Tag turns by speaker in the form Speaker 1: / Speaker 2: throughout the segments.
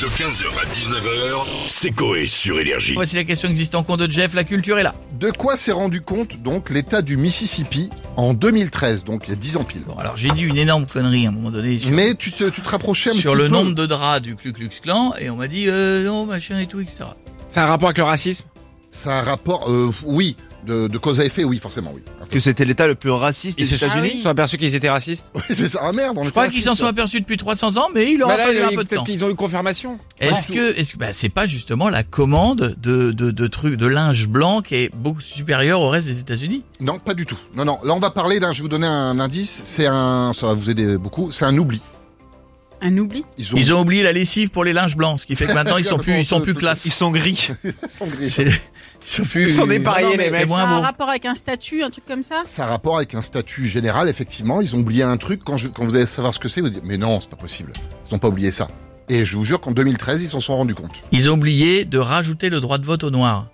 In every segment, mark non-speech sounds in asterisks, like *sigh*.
Speaker 1: De 15h à 19h, c'est Coé sur Énergie.
Speaker 2: Voici la question existe en compte de Jeff, la culture est là.
Speaker 3: De quoi s'est rendu compte donc l'État du Mississippi en 2013, donc il y a 10 ans pile.
Speaker 2: Bon, alors j'ai dit une énorme connerie à un moment donné sur,
Speaker 3: Mais tu te, tu te rapprochais un
Speaker 2: sur
Speaker 3: petit
Speaker 2: le
Speaker 3: peu.
Speaker 2: nombre de draps du Ku Klux Klan et on m'a dit euh, non, machin et tout, etc.
Speaker 4: C'est un rapport avec le racisme
Speaker 3: C'est un rapport, euh, oui, de, de cause à effet, oui, forcément, oui. Un peu.
Speaker 5: que c'était l'État le plus raciste
Speaker 4: Ils
Speaker 5: des
Speaker 4: se sont,
Speaker 5: États-Unis.
Speaker 4: ils se sont aperçus qu'ils étaient racistes
Speaker 3: *laughs* Oui, c'est ça, ah merde, on
Speaker 2: Je crois qu'ils s'en sont aperçus depuis 300 ans, mais il leur a
Speaker 4: Bah là,
Speaker 2: fallu
Speaker 4: ils-
Speaker 2: un peu de
Speaker 4: peut-être
Speaker 2: temps.
Speaker 4: qu'ils ont eu confirmation.
Speaker 2: Est-ce que, est-ce que, bah, c'est pas justement la commande de, de, de trucs, de linge blanc qui est beaucoup supérieure au reste des États-Unis
Speaker 3: Non, pas du tout. Non, non, là on va parler d'un, je vais vous donner un indice, c'est un, ça va vous aider beaucoup, c'est un oubli.
Speaker 6: Un oubli
Speaker 3: Ils
Speaker 2: Ils ont oublié la lessive pour les linges blancs, ce qui fait que maintenant ils sont plus, ils sont plus classe.
Speaker 5: Ils sont gris.
Speaker 3: *laughs* Sans gris.
Speaker 2: C'est- Ils sont plus.
Speaker 5: Ils sont dépareillés,
Speaker 2: Non, non, mais
Speaker 5: les mecs.
Speaker 2: C'est
Speaker 6: Ça a
Speaker 2: moins
Speaker 6: un
Speaker 2: beau.
Speaker 6: rapport avec un statut, un truc comme ça
Speaker 3: Ça a rapport avec un statut général, effectivement. Ils ont oublié un truc. Quand, je, quand vous allez savoir ce que c'est, vous dites Mais non, c'est pas possible. Ils n'ont pas oublié ça. Et je vous jure qu'en 2013, ils s'en sont rendus compte.
Speaker 2: Ils ont oublié de rajouter le droit de vote aux noirs.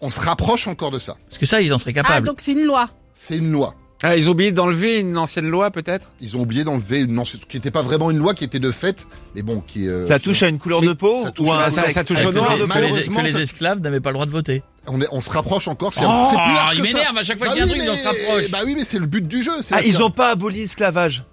Speaker 3: On se rapproche encore de ça.
Speaker 2: Parce que ça, ils en seraient
Speaker 6: Ah,
Speaker 2: capables.
Speaker 6: donc c'est une loi.
Speaker 3: C'est une loi.
Speaker 4: Ah, ils ont oublié d'enlever une ancienne loi, peut-être
Speaker 3: Ils ont oublié d'enlever une ce qui n'était pas vraiment une loi, qui était de fait, mais bon, qui. euh,
Speaker 5: Ça touche à une couleur de peau
Speaker 3: ça touche
Speaker 5: ou à
Speaker 3: à-
Speaker 5: un
Speaker 4: ça-
Speaker 5: sexe
Speaker 4: ça touche
Speaker 2: Ah,
Speaker 4: au
Speaker 2: que
Speaker 4: noir,
Speaker 2: les- que les-
Speaker 3: malheureusement,
Speaker 2: que les,
Speaker 3: ça-
Speaker 2: esclaves n'avaient pas le droit de voter.
Speaker 3: on, est- on se rapproche encore. C'est
Speaker 2: Oh,
Speaker 3: c'est plus large
Speaker 2: il
Speaker 3: que ça.
Speaker 2: m'énerve à chaque fois qu'il y a
Speaker 3: Bah
Speaker 2: un truc,
Speaker 3: oui,
Speaker 2: il en se
Speaker 3: mais-
Speaker 2: rapproche.
Speaker 3: Bah oui, mais c'est le but du jeu. c'est
Speaker 5: Ah,
Speaker 3: la-
Speaker 5: ils ont pas aboli l'esclavage.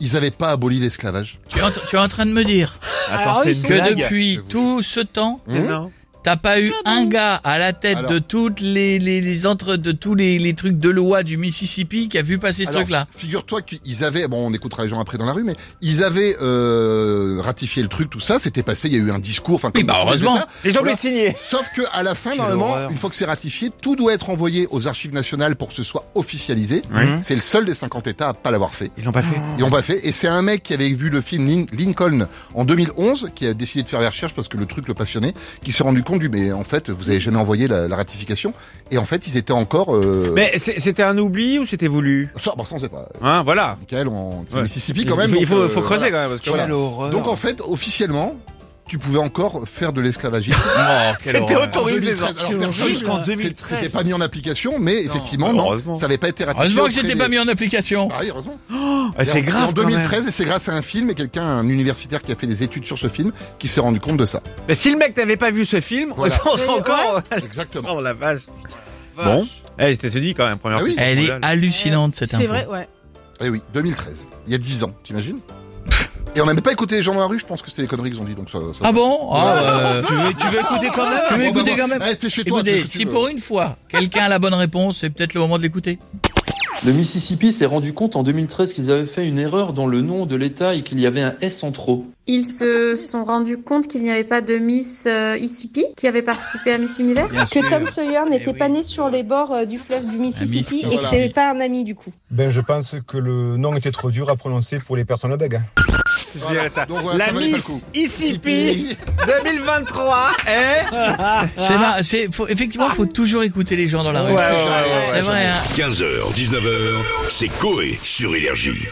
Speaker 3: Ils avaient pas aboli l'esclavage.
Speaker 2: Tu, es en, tu es en train de me dire
Speaker 5: Attends, c'est
Speaker 6: oui,
Speaker 5: une
Speaker 6: ils
Speaker 2: que
Speaker 5: blague. Hmm
Speaker 2: depuis
Speaker 3: Je vous
Speaker 2: tout ce temps,
Speaker 3: Hum
Speaker 4: Non.
Speaker 2: t'as pas eu un gars à la tête
Speaker 3: Alors.
Speaker 2: de toutes les, les, les entre de tous les, les trucs de loi du Mississippi qui a vu passer ce
Speaker 3: Alors,
Speaker 2: truc-là.
Speaker 3: Figure-toi qu'ils avaient, bon, on écoutera les gens après dans la rue, mais ils avaient euh, ratifié le truc, tout ça, c'était passé, il y a eu un discours, enfin,
Speaker 2: Oui,
Speaker 3: comme
Speaker 2: bah,
Speaker 3: dans tous les
Speaker 2: heureusement.
Speaker 3: États.
Speaker 4: Ils ont
Speaker 3: Voilà.
Speaker 4: oublié de signer.
Speaker 3: Sauf que à la fin,
Speaker 5: Quelle
Speaker 3: normalement,
Speaker 5: horreur.
Speaker 3: une fois que c'est ratifié, tout doit être envoyé aux archives nationales pour que ce soit officialisé.
Speaker 4: Ouais.
Speaker 3: C'est le seul des 50 États à pas l'avoir fait.
Speaker 4: Ils l'ont pas fait.
Speaker 3: Ils l'ont pas fait. Et c'est un mec qui avait vu le film Lin- Lincoln en 2011, qui a décidé de faire les recherches parce que le truc le passionnait, qui s'est rendu compte du, mais en fait, vous avez jamais envoyé la, la ratification. Et en fait, ils étaient encore. Euh...
Speaker 4: Mais c'est- c'était un oubli ou c'était voulu
Speaker 3: Ça, bon, ça, on sait pas.
Speaker 4: Hein, voilà.
Speaker 3: Michael, on... c'est
Speaker 4: Ouais.
Speaker 3: Mississippi
Speaker 4: Il
Speaker 3: quand
Speaker 4: faut,
Speaker 3: même.
Speaker 4: il
Speaker 3: donc,
Speaker 4: faut,
Speaker 3: euh,
Speaker 4: faut creuser
Speaker 3: voilà.
Speaker 4: quand même. Parce que
Speaker 3: Voilà.
Speaker 5: Quelle horreur.
Speaker 3: Donc en fait, officiellement, tu pouvais encore faire de l'esclavagisme.
Speaker 2: Oh, quelle
Speaker 5: c'était
Speaker 2: horreur.
Speaker 5: autorisé
Speaker 3: En 2013, alors, personne-
Speaker 5: jusqu'en
Speaker 3: C'est- C'était
Speaker 5: 2013.
Speaker 3: pas mis en application, mais effectivement, non,
Speaker 5: heureusement.
Speaker 3: ça n'avait pas été ratifié.
Speaker 2: Heureusement que
Speaker 3: auprès
Speaker 2: c'était
Speaker 3: des-
Speaker 2: pas mis en application.
Speaker 3: Ah oui, heureusement.
Speaker 5: Ah,
Speaker 3: Et
Speaker 5: C'est
Speaker 3: en-
Speaker 5: grave.
Speaker 3: En
Speaker 5: quand même.
Speaker 3: 2013, et c'est grâce à un film et quelqu'un, un universitaire qui a fait des études sur ce film, qui s'est rendu compte de ça.
Speaker 4: Mais si le mec n'avait pas vu ce film,
Speaker 3: Voilà.
Speaker 4: on serait encore.
Speaker 3: Exactement.
Speaker 4: Oh la vache. Bon. Eh, c'était se dit quand même, première
Speaker 3: Ah oui.
Speaker 4: question Oh
Speaker 2: Elle est
Speaker 4: mondiale.
Speaker 2: hallucinante cette info.
Speaker 6: C'est vrai, ouais.
Speaker 3: Eh oui, 2013. Il y a 10 ans,
Speaker 4: *laughs*
Speaker 3: t'imagines Et on n'a même pas écouté les gens dans la rue, je pense que c'était les conneries qu'ils ont dit, donc ça. ça Ah
Speaker 2: Ah bon Ah, euh,
Speaker 5: Tu veux, tu veux écouter quand même
Speaker 2: Tu veux écouter quand même
Speaker 3: Reste Eh, chez toi. tu
Speaker 2: Écoutez,
Speaker 3: fais ce que
Speaker 2: si
Speaker 3: tu veux.
Speaker 2: pour une fois, quelqu'un a la bonne réponse, c'est peut-être le moment de l'écouter.
Speaker 7: Le Mississippi s'est rendu compte en 2013 qu'ils avaient fait une erreur dans le nom de l'État et qu'il y avait un S en trop.
Speaker 8: Ils se sont rendus compte qu'il n'y avait pas de Miss euh, Mississippi qui avait participé à Miss Univers.
Speaker 5: bah,
Speaker 2: Bien
Speaker 9: que Tom Sawyer
Speaker 2: Eh
Speaker 9: n'était
Speaker 2: oui.
Speaker 9: pas né sur les bords euh, du fleuve du Mississippi
Speaker 2: Mississippi.
Speaker 9: et que c'était pas un ami du coup.
Speaker 10: Ben, je pense que le nom était trop dur à prononcer pour les personnes bagues.
Speaker 4: Je
Speaker 3: Voilà.
Speaker 4: dirais ça.
Speaker 3: Donc voilà,
Speaker 4: La
Speaker 3: ça valait pas le coup.
Speaker 4: Miss ICP 2023 est.
Speaker 6: Ah.
Speaker 2: C'est mar- c'est- faut- effectivement, faut toujours écouter
Speaker 3: 哎
Speaker 2: les gens dans la rue.
Speaker 3: Ouais, ouais, ouais, ouais,
Speaker 2: c'est vrai. hein.
Speaker 1: 15h, 19h, c'est Coé sur Énergie.